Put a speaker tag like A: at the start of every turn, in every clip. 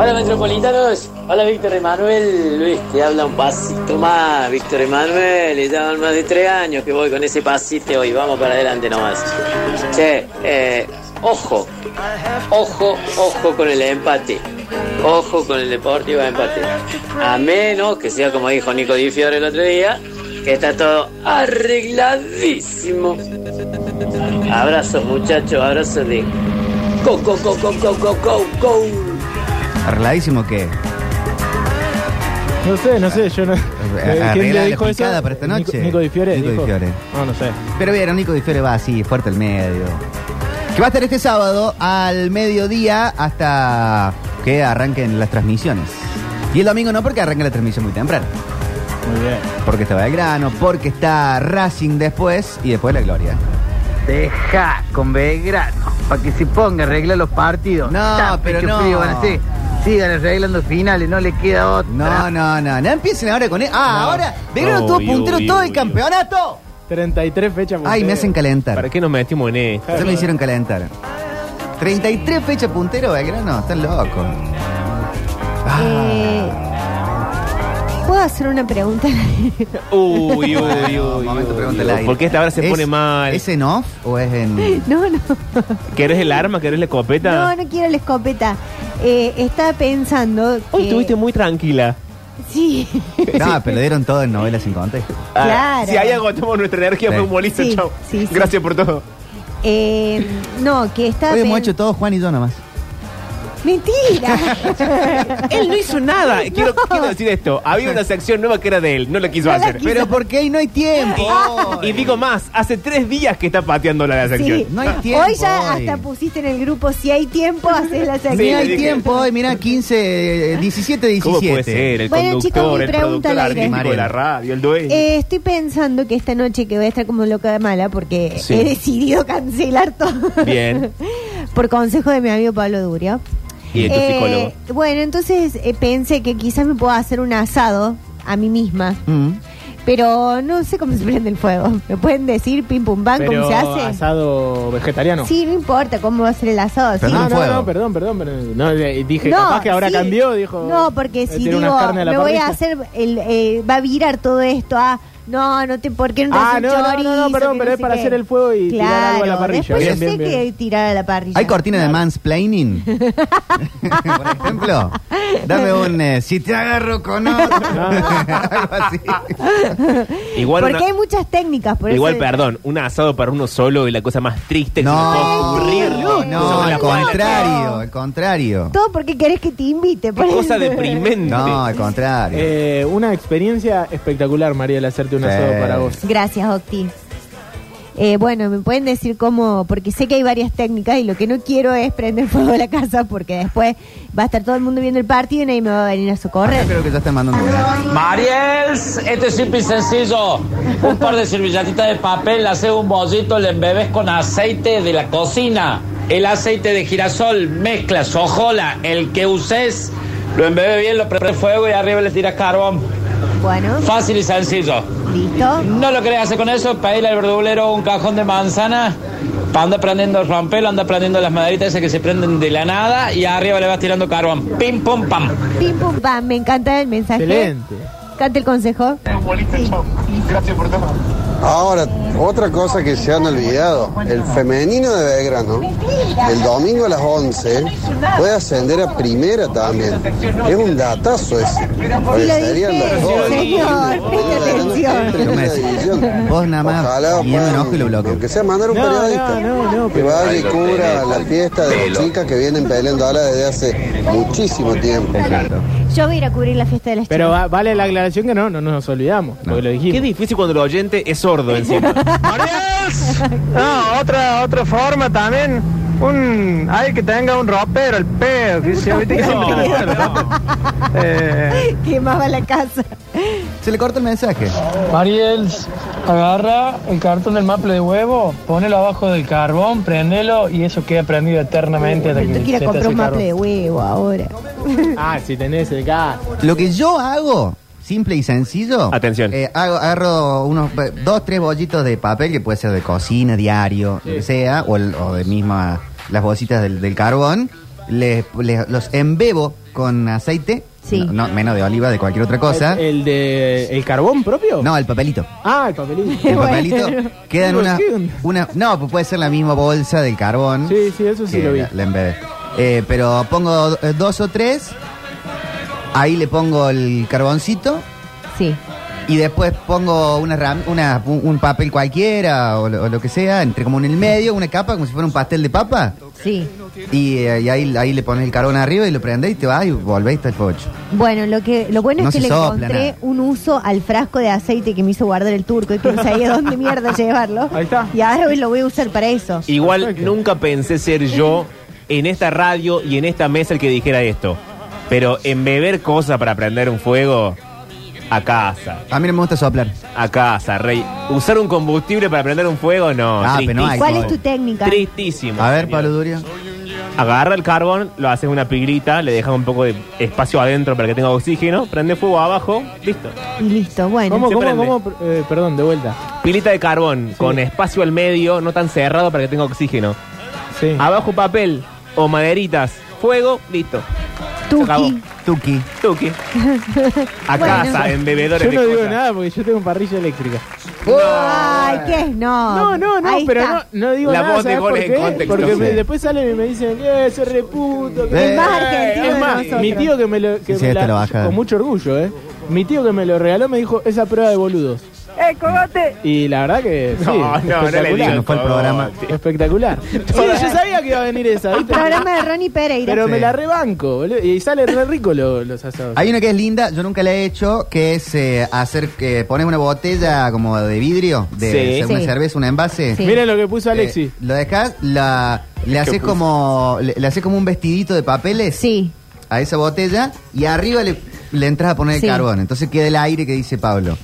A: Metropolitanos, hola Víctor Emanuel, Luis, te habla un pasito más, Víctor Emanuel, ya van más de tres años que voy con ese pasito y vamos para adelante nomás. Che, eh, ojo, ojo, ojo con el empate, ojo con el deportivo empate, a menos que sea como dijo Nico Di Fiore el otro día, que está todo arregladísimo. Abrazos muchachos, abrazos de... Go, go, go, go, go, go, go, go.
B: ¿Arregladísimo qué?
C: No sé, no sé, yo no. Eh, ¿Quién
B: Eh, arregla
C: le
B: la
C: dijo eso?
B: picada para esta noche.
C: Nico, Nico Di Fiore.
B: Nico Di
C: dijo. Ah,
B: Fiore.
C: No, no sé.
B: Pero vieron, Nico Di Fiore va así, fuerte al medio. Que va a estar este sábado al mediodía hasta que arranquen las transmisiones. Y el domingo no, porque arranca la transmisión muy temprano.
C: Muy bien.
B: Porque está Belgrano, porque está Racing después y después la Gloria.
D: Deja con Belgrano. Para que se ponga, arregla los partidos.
B: No,
D: Tape,
B: pero
D: qué
B: no.
D: frío van a hacer. Sigan arreglando finales, no le queda otra.
B: No, no, no, no empiecen ahora con él. Ah, ahora Belgrano
E: No,
B: tuvo
E: obvio,
B: puntero
E: obvio,
B: todo el
E: obvio.
B: campeonato.
C: 33 fechas.
B: Ay, me hacen calentar.
E: ¿Para qué nos metimos en esto?
B: Ya me hicieron calentar. 33 fechas puntero Belgrano, están locos.
F: Eh,
B: Ah.
F: ¿Puedo hacer una pregunta?
E: Uy, uy, uy.
B: Un momento, pregunta al aire.
E: ¿Por qué esta hora se
B: ¿Es-
E: pone mal?
B: ¿Es en off o es en.?
F: no, no.
E: ¿Querés el arma? ¿Querés la
F: No,
E: escopeta?
F: no quiero la escopeta. Eh, estaba pensando. Que...
E: Hoy estuviste muy tranquila.
F: Sí.
B: No, pero le dieron todo en novelas sin contexto.
E: Ah,
F: Claro.
E: Si ahí agotamos nuestra energía
B: Sí.
E: futbolista,
F: Sí,
E: chau.
F: sí, sí.
E: Gracias por todo.
F: Eh, no, que estaba.
B: Hoy hemos
F: pen-
B: hecho todo Juan y yo nomás.
F: ¡Mentira!
E: Él no hizo nada. Quiero,
F: No.
E: quiero decir esto. Había una sección nueva que era de él. No la quiso
F: No la
E: hacer.
F: quiso.
B: Pero porque ahí no hay tiempo.
E: Y digo más, hace tres días que está pateando la sección.
F: Sí.
B: No hay tiempo
F: Hoy ya
B: hoy.
F: hasta pusiste en el grupo si hay tiempo, haces la
B: Ni
F: sección.
E: Sí, le
B: hay
E: dije.
B: tiempo hoy, mirá, 15, eh, 17, 17.
E: ¿Cómo puede ser? El
F: Bueno,
E: conductor,
F: chicos, mi
E: el
F: pregunta
E: productor
F: al aire.
E: artístico de la radio, el dueño.
F: Eh, estoy pensando que esta noche que voy a estar como loca de mala porque
E: Sí.
F: he decidido cancelar todo.
E: Bien.
F: Por consejo de mi amigo Pablo Durio.
E: Y de tu
F: Eh,
E: psicólogo.
F: Bueno, entonces eh, pensé que quizás me pueda hacer un asado a mí misma.
B: Mm.
F: Pero no sé cómo se prende el fuego. ¿Me pueden decir pim pum pam
C: Pero
F: cómo se hace?
C: asado vegetariano.
F: Sí, no importa cómo va a ser el asado.
B: Pero
F: sí.
C: No,
B: Con
C: no,
B: fuego.
C: no, perdón, perdón, perdón. No, le- dije,
F: No,
C: capaz que ahora
F: sí.
C: cambió, dijo. eh,
F: No, porque si
C: tiene
F: digo,
C: unas carnes a la
F: me voy
C: parrilla.
F: a hacer, el, eh, va a virar todo esto a, no, no te, ¿por qué no te
C: Ah,
F: haces
C: no,
F: un
C: no, no, no,
F: chorizo,
C: perdón,
F: que
C: pero es
F: sé
C: para
F: qué?
C: hacer el fuego y tirar
F: Claro,
C: algo a la parrilla.
F: Después
C: Bien,
F: yo
C: bien,
F: sé
C: bien.
F: que tirar a la parrilla.
B: ¿Hay cortina de mansplaining? Por ejemplo, dame un eh, si te agarro con otro. Algo así.
E: Igual,
F: Porque
E: una-
F: hay muchas técnicas. Por
E: igual
F: eso-
E: perdón, un asado para uno solo es la cosa más triste. que se nos puede
B: No,
E: ocurrir.
B: no, no,
E: Sobre
B: al
E: la pala.
B: contrario, al contrario.
F: Todo porque querés que te invite. por
E: Qué cosa
F: eso.
E: deprimente.
B: No, al contrario.
C: Eh, una experiencia espectacular, María, el hacerte un
B: Sí.
C: asado para vos.
F: Gracias, Octi. Eh, bueno, me pueden decir cómo, porque sé que hay varias técnicas y lo que no quiero es prender fuego a la casa porque después va a estar todo el mundo viendo el partido y nadie me va a venir a socorrer.
B: Creo que ya están mandando un
A: Mariels, esto es este simple y sencillo. Un par de servilletitas de papel, haces un bollito, le embebes con aceite de la cocina. El aceite de girasol, mezclas, ojola, el que uses, lo embebes bien, lo prendes fuego y arriba le tiras carbón.
F: Bueno,
A: Fácil y sencillo.
F: listo.
A: No lo querés hacer con eso, pedirle al verdulero un cajón de manzana, pa- anda prendiendo rompelo, anda prendiendo las maderitas esas que se prenden de la nada y arriba le vas tirando carbón. Pim, pum, pam.
F: Pim, pum, pam. Me encanta el mensaje.
C: Excelente.
F: Cante el consejo.
G: Ahora, otra cosa que se han olvidado, el femenino de Belgrano, el domingo a las 11, puede ascender a primera también. Es un datazo ese.
F: Sí,
G: Porque
F: lo
G: serían
F: dije,
G: las dos.
F: señor, preste
G: Belgrano está en
F: atención.
G: primera
B: Yo me-
G: división.
B: Vos nada más,
G: Ojalá
B: y yo me enojo y lo
G: puedan,
B: bloqueo.
G: aunque sea mandar un
C: No,
G: periodista
C: no, no, no,
G: que
C: pero-
G: vaya y cubra la fiesta de las chicas que vienen peleando ahora desde hace muchísimo tiempo.
F: Yo voy a ir a cubrir la fiesta de las
C: Pero
F: chicas.
C: va- vale la aclaración que no, no nos olvidamos. Porque lo dijimos.
E: Qué difícil cuando el oyente es sordo encima.
H: No, otra, otra forma también. Un, ay, que tenga un ropero, el pedo. dice, ¿viste?
E: No,
H: Eh,
F: Quemaba la casa.
B: Se le corta el mensaje.
I: Mariel, agarra el cartón del maple de huevo, ponelo abajo del carbón, prendelo y eso queda prendido eternamente hasta que
F: Yo
I: se
F: quiero
I: te
F: comprar
I: hace
F: un maple de
I: carbón.
F: huevo ahora.
C: Ah, si tenés el gas.
B: Lo que yo hago, simple y sencillo.
E: Atención.
B: eh, hago- agarro unos eh, dos, tres bollitos de papel, que puede ser de cocina, diario, lo que sea, o, el- o de misma las bolsitas del, del carbón. les- les- los embebo con aceite,
F: Sí.
B: no, no, menos de oliva, de cualquier otra cosa.
C: ¿El, el de el carbón propio?
B: No, el papelito.
C: Ah, el papelito.
B: El
F: Bueno.
B: papelito queda en
C: Digo,
B: una,
C: ¿qué onda?
B: una. No, pues puede ser la misma bolsa del carbón.
C: Sí, sí, eso sí
B: que
C: lo vi.
B: la- la embebé. Eh, pero pongo eh, dos o tres. Ahí le pongo el carboncito.
F: Sí.
B: Y después pongo una ram- una- un, un papel cualquiera o lo, o lo que sea, entre como en el medio, una capa, como si fuera un pastel de papa.
F: Sí.
B: Y, eh, y ahí, ahí le pones el carbón arriba y lo prendés y te vas y volvés hasta el pocho.
F: Bueno, lo que lo bueno
B: No
F: es que
B: se
F: le
B: sopla
F: encontré
B: nada.
F: un uso al frasco de aceite que me hizo guardar el turco y que no sabía dónde mierda llevarlo.
C: Ahí está.
F: Y ahora hoy lo voy a usar para eso.
E: Igual
C: Perfecto.
E: nunca pensé ser yo en esta radio y en esta mesa el que dijera esto. Pero en beber cosas para prender un fuego, a casa,
B: A mí no me gusta soplar.
E: a casa, rey. Usar un combustible para prender un fuego, no.
B: Ah, pero no hay.
F: ¿Cuál
B: no.
F: es tu técnica?
E: Tristísimo.
B: A ver,
E: señor.
B: Pablo Durio.
E: Agarra el carbón, lo haces una pigrita, le dejas un poco de espacio adentro para que tenga oxígeno, prende fuego abajo, listo.
F: Y listo, bueno.
C: ¿Cómo,
E: Se
C: cómo,
E: prende.
C: cómo? Eh, perdón, de vuelta.
E: Pilita de carbón con espacio al medio, no tan cerrado para que tenga oxígeno.
C: Sí.
B: Ah,
E: Abajo papel o maderitas, fuego, listo.
F: Tuki.
E: acabó.
B: Tuki.
E: Tuki. A
F: Bueno.
E: casa, en bebedores
C: Yo no
E: de
C: digo
E: cosas.
C: nada porque yo tengo parrilla eléctrica.
F: Ay, ¿qué es? No.
C: No, no, no,
F: Ah, Ahí
C: pero no,
F: está.
C: no digo
E: La
C: nada.
E: voz de
C: ¿sabes
E: Gol
C: por
E: en
C: qué?
E: contexto,
C: Porque
E: sí.
C: me- después salen y me dicen, eh, ese reputo. que-
B: Eh,
F: El más argentino
C: Es
F: de
C: más,
F: nosotros.
C: mi tío que me lo. Que
B: Sí,
C: me
B: te lo baja.
C: con mucho orgullo, ¿eh? Mi tío que me lo regaló me dijo, esa prueba de boludos.
H: ¡Eh, cogote!
C: Y la verdad que. Sí,
E: No, no, no, le
C: espectacular.
E: digo.
B: No fue el programa.
C: Espectacular. Sí, yo sabía que iba a venir esa, ¿viste?
F: Ah, Programa de Ronnie Pereira.
C: Pero me
B: Sí.
C: la rebanco, boludo. Y sale re rico lo- los asados.
B: Hay una que es linda, yo nunca la he hecho, que es eh, hacer que pones una botella como de vidrio, de
E: Sí.
B: una
F: Sí.
B: cerveza, un envase.
F: Sí.
C: Miren lo que puso Alexis.
B: Eh, lo dejas, la, le haces como le, le haces como un vestidito de papeles
F: Sí.
B: a esa botella y arriba le, le entras a poner
F: Sí.
B: el carbón. Entonces queda el aire que dice Pablo.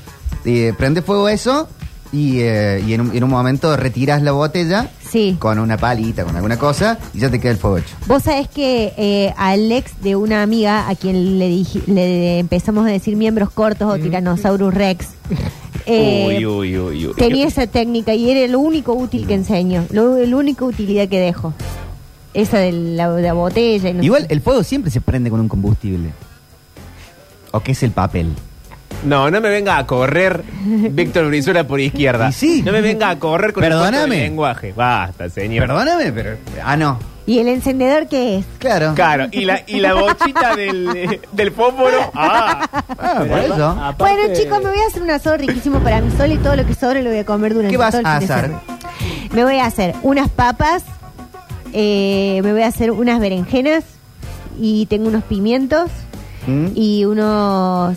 B: Eh, prende fuego eso y, eh, y en, un, en un momento retiras la botella
F: Sí.
B: con una palita, con alguna cosa y ya te queda el fuego hecho.
F: Vos sabés que eh, al ex de una amiga a quien le, dij- le empezamos a decir miembros cortos
C: Mm.
F: o Tyrannosaurus Rex. eh,
E: Uy, uy, uy, uy.
F: Tenía esa técnica y era lo único útil que enseño, lo, la única utilidad que dejo. Esa de la, de la botella. y no
B: Igual
F: sé.
B: el fuego siempre se prende con un combustible. ¿O qué es el papel?
E: No, no me venga a correr Víctor Brizuela por izquierda.
B: Y sí.
E: No me venga a correr con el
B: Perdóname.
E: cuento del lenguaje. Basta, señor.
B: Perdóname, pero. Ah, no.
F: ¿Y el encendedor qué es?
B: Claro.
E: Claro, y la, y la bochita del, eh, del fósforo. Ah,
B: Ah, por eso.
C: Aparte-
F: Bueno, chicos, me voy a hacer un asado riquísimo para mí sola y todo lo que sobre lo voy a comer durante
B: ¿Qué vas
F: todo el
B: a
F: fin de
B: hacer?
F: semana. Me voy a hacer unas papas, eh, me voy a hacer unas berenjenas y tengo unos pimientos
B: ¿Mm?
F: y unos.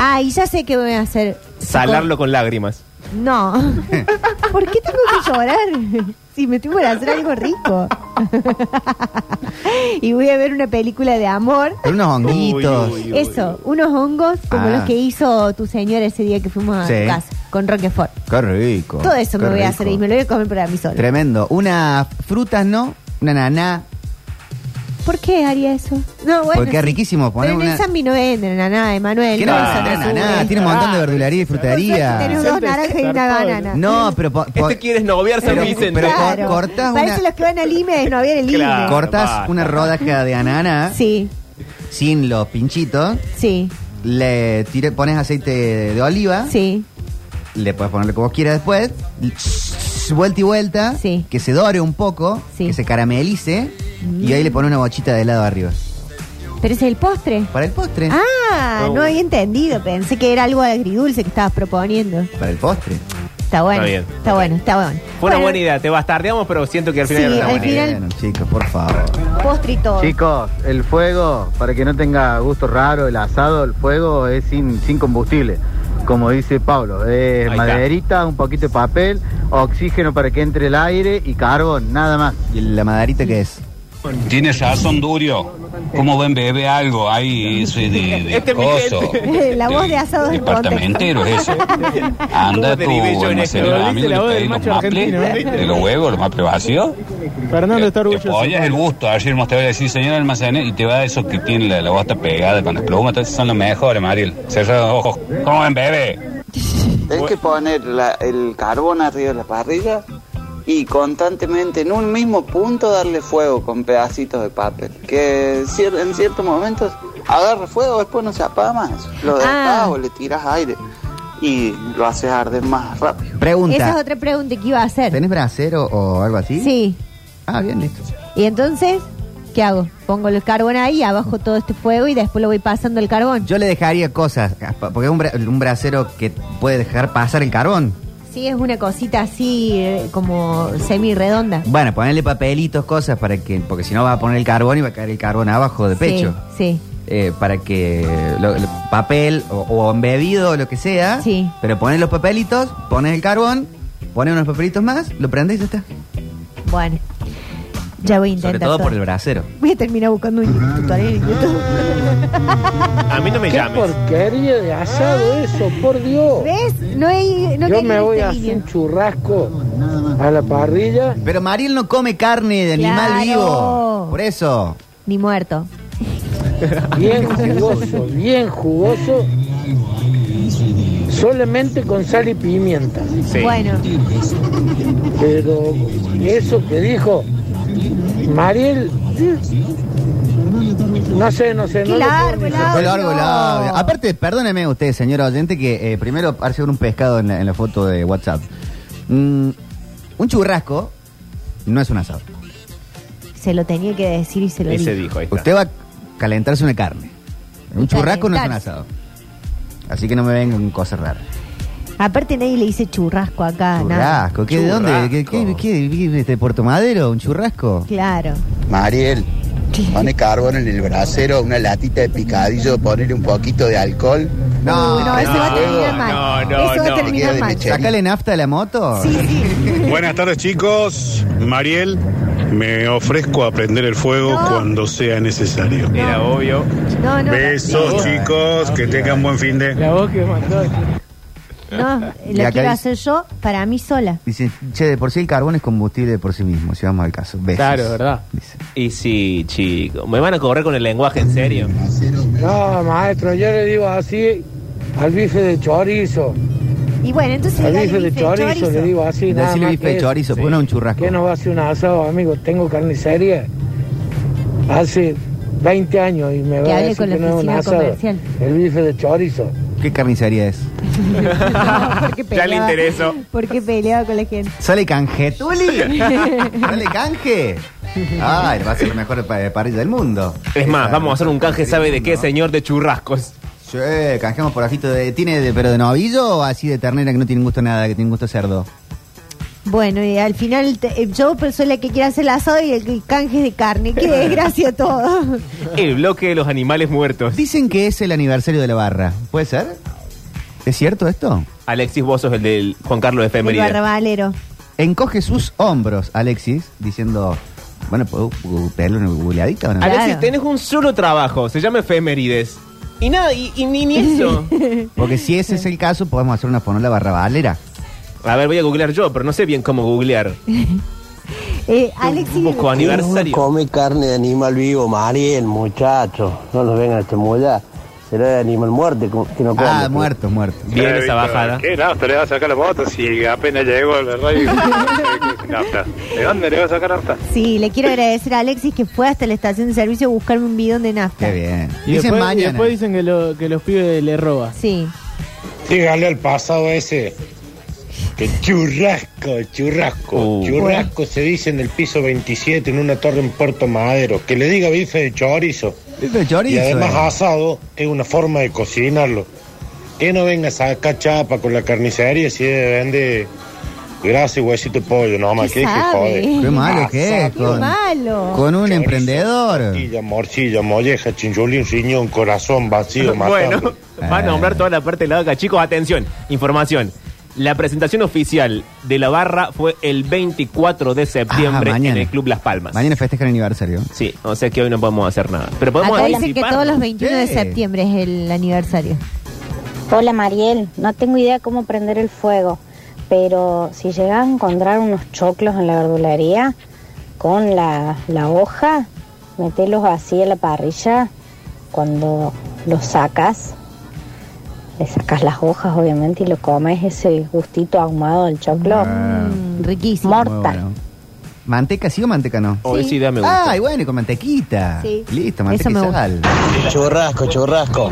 F: Ah, y ya sé que voy a hacer.
E: salarlo con lágrimas.
F: No. ¿Por qué tengo que llorar? Si me tengo que hacer algo rico. y voy a ver una película de amor.
B: Con unos honguitos.
E: Uy, uy, uy.
F: Eso, unos hongos como
B: Ah.
F: los que hizo tu señora ese día que fuimos a
B: Sí.
F: tu casa con Roquefort.
B: Qué rico.
F: Todo eso
B: qué
F: me voy a
B: rico.
F: hacer y me lo voy a comer para mí sola.
B: Tremendo. Unas frutas, ¿no? Una naná.
F: ¿Por qué haría eso? No, bueno.
B: Porque es riquísimo poner
F: Pero en
B: una-
F: el Zambi no venden naná, Emanuel.
B: ¿Qué no
F: no,
B: va a
F: eso no
B: vender
F: sube.
B: naná? Tiene un montón de verdulería y
F: Vos tenés
B: frutería.
F: dos naranjas y una
C: Zarpado,
F: banana.
B: No, pero. po- po-
E: Este quieres noviar San
B: Pero-
E: Vicente.
B: pero- cor- cortás una-
F: Parece los que van al IME de no había el IME.
E: Claro.
B: cortas
E: Basta.
B: una rodaja de ananá
F: Sí,
B: sin los pinchitos.
F: sí,
B: Le tire- pones aceite de, de oliva.
F: sí.
B: Le puedes poner lo que vos quieras después. l- Vuelta y vuelta.
F: Sí.
B: Que se dore un poco.
F: Sí.
B: Que se caramelice. Y ahí le pones una bochita de helado arriba.
F: Pero ese es el postre.
B: Para el postre.
F: Ah, no había entendido. Pensé que era algo agridulce que estabas proponiendo.
B: Para el postre.
F: Está bueno.
E: Está bien.
F: Está, bueno, está bueno.
E: Fue una
F: Bueno,
E: buena idea, te bastardeamos, pero siento que al final
F: Sí,
E: era una
F: al
E: buena idea.
F: final-
B: Bueno, chicos, por favor.
F: Postre y todo.
D: Chicos, el fuego, para que no tenga gusto raro, el asado, el fuego es sin, sin combustible. Como dice Pablo, es
E: Ahí está.
D: maderita, un poquito de papel, oxígeno para que entre el aire y carbón, nada más.
B: ¿Y la madarita qué es?
J: Tienes razón, Durio. ¿Cómo ven bebe algo ahí ese de, de
E: Este es mi
J: coso?
F: gente. La voz de asado del
J: Departamentero eso. Anda
E: ¿Cómo
J: tu
E: derivé yo en esto?
J: almacenero
C: Viste
J: de amigos,
C: este la voz del
J: le pedís los
C: macho argentino,
J: maples,
C: ¿eh?
J: de los huevos, los maples vacíos.
C: Fernando está
J: Te
C: orgulloso.
J: apoyas el gusto, ayer te voy a decir, señor almacenero, y te va eso que tiene la, la bosta pegada con las plumas, entonces son los mejores, Mariel. Cerra los ojos. ¿Cómo ven bebe?
G: Tenés que poner la- el carbón arriba de la parrilla
K: y constantemente en un mismo punto darle fuego con pedacitos de papel. Que cier- en ciertos momentos agarra fuego, después no se apaga más. Lo
F: Ah.
K: destapas o le tiras aire y lo haces arder más rápido.
F: Esa es
B: Pregunta.
F: otra pregunta que iba a hacer.
B: ¿Tenés brasero o algo así?
F: Sí.
B: Ah, bien, listo.
F: Y entonces, ¿qué hago? Pongo el carbón ahí, abajo todo este fuego y después lo voy pasando el carbón.
B: Yo le dejaría cosas, porque es un, bra- un brasero que puede dejar pasar el carbón.
F: Sí, es una cosita así eh, como semi-redonda.
B: Bueno, ponerle papelitos, cosas para que, porque si no va a poner el carbón y va a caer el carbón abajo de pecho.
F: Sí,
B: Eh, para que lo- lo- papel o, o embebido o lo que sea.
F: Sí.
B: Pero pones los papelitos, pones el carbón, pones unos papelitos más, lo prendes y ya está.
F: sí. Bueno, ya voy a intentar.
B: Sobre todo por
F: todo.
B: el Ah. brasero.
F: Voy a terminar buscando un tutorial en YouTube.
E: A mí no me
C: ¿Qué
E: llames.
C: porquería de asado eso, por Dios?
F: ¿Ves? No hay. No este
C: Yo
F: quería
C: me voy
F: esta
C: a hacer
F: línea.
C: un churrasco a la parrilla.
B: Pero Mariel no come carne de animal
F: Claro.
B: vivo. Por eso.
F: Ni muerto.
C: Bien jugoso, bien jugoso. Solamente con sal y pimienta.
E: Sí.
F: Bueno,
C: Pero eso que dijo Mariel, mm, no sé, no sé.
F: Qué
C: no lo puedo
F: largo,
C: ni-
F: largo.
B: Fue largo,
F: no.
B: largo. Aparte, perdóneme usted, señor oyente, que eh, primero hace un pescado en la, en la foto de WhatsApp. Mm, un churrasco no es un asado.
F: se lo tenía que decir y se lo
E: Y se
F: dije.
E: dijo, ahí está.
B: Usted va a calentarse una carne. Un churrasco no es un
F: calentarse.
B: asado. Así que no me vengan con cosas raras.
F: Aparte, nadie le dice churrasco
C: Ah,
F: acá, nada.
B: Churrasco, ¿qué? ¿De dónde? ¿Qué, qué,
E: Churrasco.
B: qué- qué- de Puerto Madero? ¿Un churrasco?
F: Claro.
L: Mariel, pone carbón en el brasero, una latita de picadillo, ponerle un poquito de alcohol.
F: No, no, eso va a terminar
E: no,
F: mal.
E: no,
F: eso va
E: no.
F: a
L: Queda
F: terminar
L: de
F: mal.
L: leche.
B: ¿Sácale nafta de la moto?
F: Sí, sí.
M: Buenas tardes chicos, Mariel, me ofrezco a prender el fuego
F: No.
M: cuando sea necesario.
E: Era obvio.
F: No, no.
M: Besos chicos, que tengan buen fin de...
C: La voz que mandó.
F: No,
B: Y
F: lo
B: acá
F: quiero
B: dice-
F: hacer yo para mí sola.
B: Dice, che, de por sí el carbón es combustible por sí mismo, si vamos al caso. Besos.
C: Claro, ¿verdad?
B: Dice.
E: Y sí, chico. Me van a cobrar con el lenguaje, en serio.
C: No, maestro, yo le digo así al bife de chorizo.
F: Y bueno, entonces
C: Al
F: dale,
C: bife de
F: bife,
C: chorizo, le digo así. nada
B: Decirle
C: más
B: bife
C: que
B: de
C: eso.
B: chorizo,
E: Sí.
B: pone un churrasco.
C: ¿Qué nos va a hacer un asado, amigo? Tengo carnicería hace 20 años y me
F: Que
C: va a
F: hable
C: decir
F: con la
C: que no es un
F: oficina
C: asado.
F: comercial.
C: El bife de chorizo.
B: ¿Qué carnicería es?
F: No, porque
E: Ya le
F: peleaba-
E: interesó.
F: Porque peleaba con la gente.
B: ¿Sale canje, Tuli? ¿Sale canje? Ay, va a ser la mejor pa- eh, parrilla del mundo.
E: Es más, vamos a hacer un canje, ¿sabe de qué, señor? De churrascos.
B: Che, canjeamos por afito de... ¿Tiene de, pero de novillo o así de ternera que no tiene gusto a nada, que tiene gusto a cerdo?
F: Bueno, y al final te- eh, yo soy la que quiere hacer el asado y el, el canje de carne. Qué desgracia todo.
E: El bloque de los animales muertos.
B: Dicen que es el aniversario de la barra. ¿Puede ser? ¿Es cierto esto?
E: Alexis, vos sos el del Juan Carlos
F: El
E: Efeméride.
F: barbalero.
B: Encoge sus hombros, Alexis, diciendo... Bueno, ¿puedo gu- pegarle una googleadita o no?
F: A ver.
E: Alexis,
F: Claro.
E: tenés un solo trabajo, se llama efemérides. Y nada, y, y ni, ni eso.
B: Porque si ese es el caso, podemos hacer una fonola barra valera.
E: A ver, voy a googlear yo, pero no sé bien cómo googlear.
F: Eh, Alexis.
E: Busco aniversario.
N: Come carne de animal vivo, Mariel, muchacho. No nos vengan a chamullar. Será de animal muerte que no come. pues.
B: Ah, muerto, muerto.
E: pues? Bien esa bajada.
M: ¿Qué nafta le va a sacar la moto si apenas llegó el radio? nafta? ¿De dónde le va a sacar nafta?
F: Sí, le quiero agradecer a Alexis que fue hasta la estación de servicio a buscarme un bidón de nafta.
B: Qué bien.
C: Y
B: Dicen
C: después, y
B: mañana.
C: después dicen que, lo- que los pibes le roban.
F: Sí.
O: Dígale al pasado ese que churrasco, churrasco,
E: Uh.
O: churrasco se dice en el piso 27 en una torre en Puerto Madero. Que le diga bife de chorizo.
B: Bife de chorizo,
O: Y además
B: eh.
O: asado es una forma de cocinarlo. Que no vengas a sacar chapa con la carnicería si vende grasa y huesito de pollo. No, más
F: ¿Qué
O: que dije,
F: sabe?
O: joder.
B: Qué malo que es.
F: Qué malo.
B: con un
O: Chorizo,
B: emprendedor.
O: Costilla, morcilla, molleja, chinchulín, riñón, corazón vacío, matando.
E: Bueno, va a
B: Eh.
E: nombrar toda la parte de la vaca. Chicos, atención, información. La presentación oficial de la barra fue el 24 de septiembre
B: Ah,
E: en
B: mañana.
E: el Club Las Palmas.
B: Mañana festeja el aniversario.
E: Sí, o sea que hoy no podemos hacer nada. Pero podemos
F: Acá dicen que
E: anticipar.
F: todos los 21 de
B: Sí. Ah.
F: septiembre es el aniversario.
P: Hola Mariel, no tengo idea cómo prender el fuego, pero si llegas a encontrar unos choclos en la verdulería con la, la hoja, metelos así a la parrilla cuando los sacas.
D: Le sacas las hojas, obviamente, y lo comes ese gustito ahumado del choclo.
F: Mm, riquísimo.
B: Ah, Muy
D: Mortal.
B: bueno. ¿Manteca sí Ah, o manteca no?
E: Oh, esa idea me
B: gusta. Ay, bueno, y con mantequita.
F: Sí.
B: Listo, manteca
F: Eso
B: y
F: me gusta.
B: sal.
Q: Churrasco, churrasco.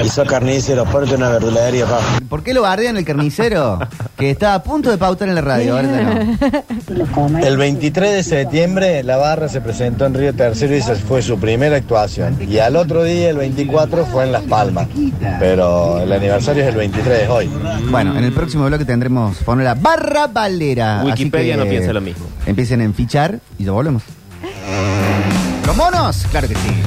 Q: Hizo carnicero, ponete una verdulería, pa.
B: ¿Por qué lo bardean el carnicero? que está a punto de pautar en la radio, ahora no.
G: El 23 de septiembre la barra se presentó en Río Tercero y esa fue su primera actuación. Y al otro día, el 24, fue en Las Palmas. Pero el aniversario es el 23, hoy.
B: Bueno, en el próximo bloque tendremos la barra valera. Así
E: Wikipedia
B: que,
E: no piensa lo mismo.
B: Empiecen en fichar y ya volvemos. ¿Los monos? Claro que sí.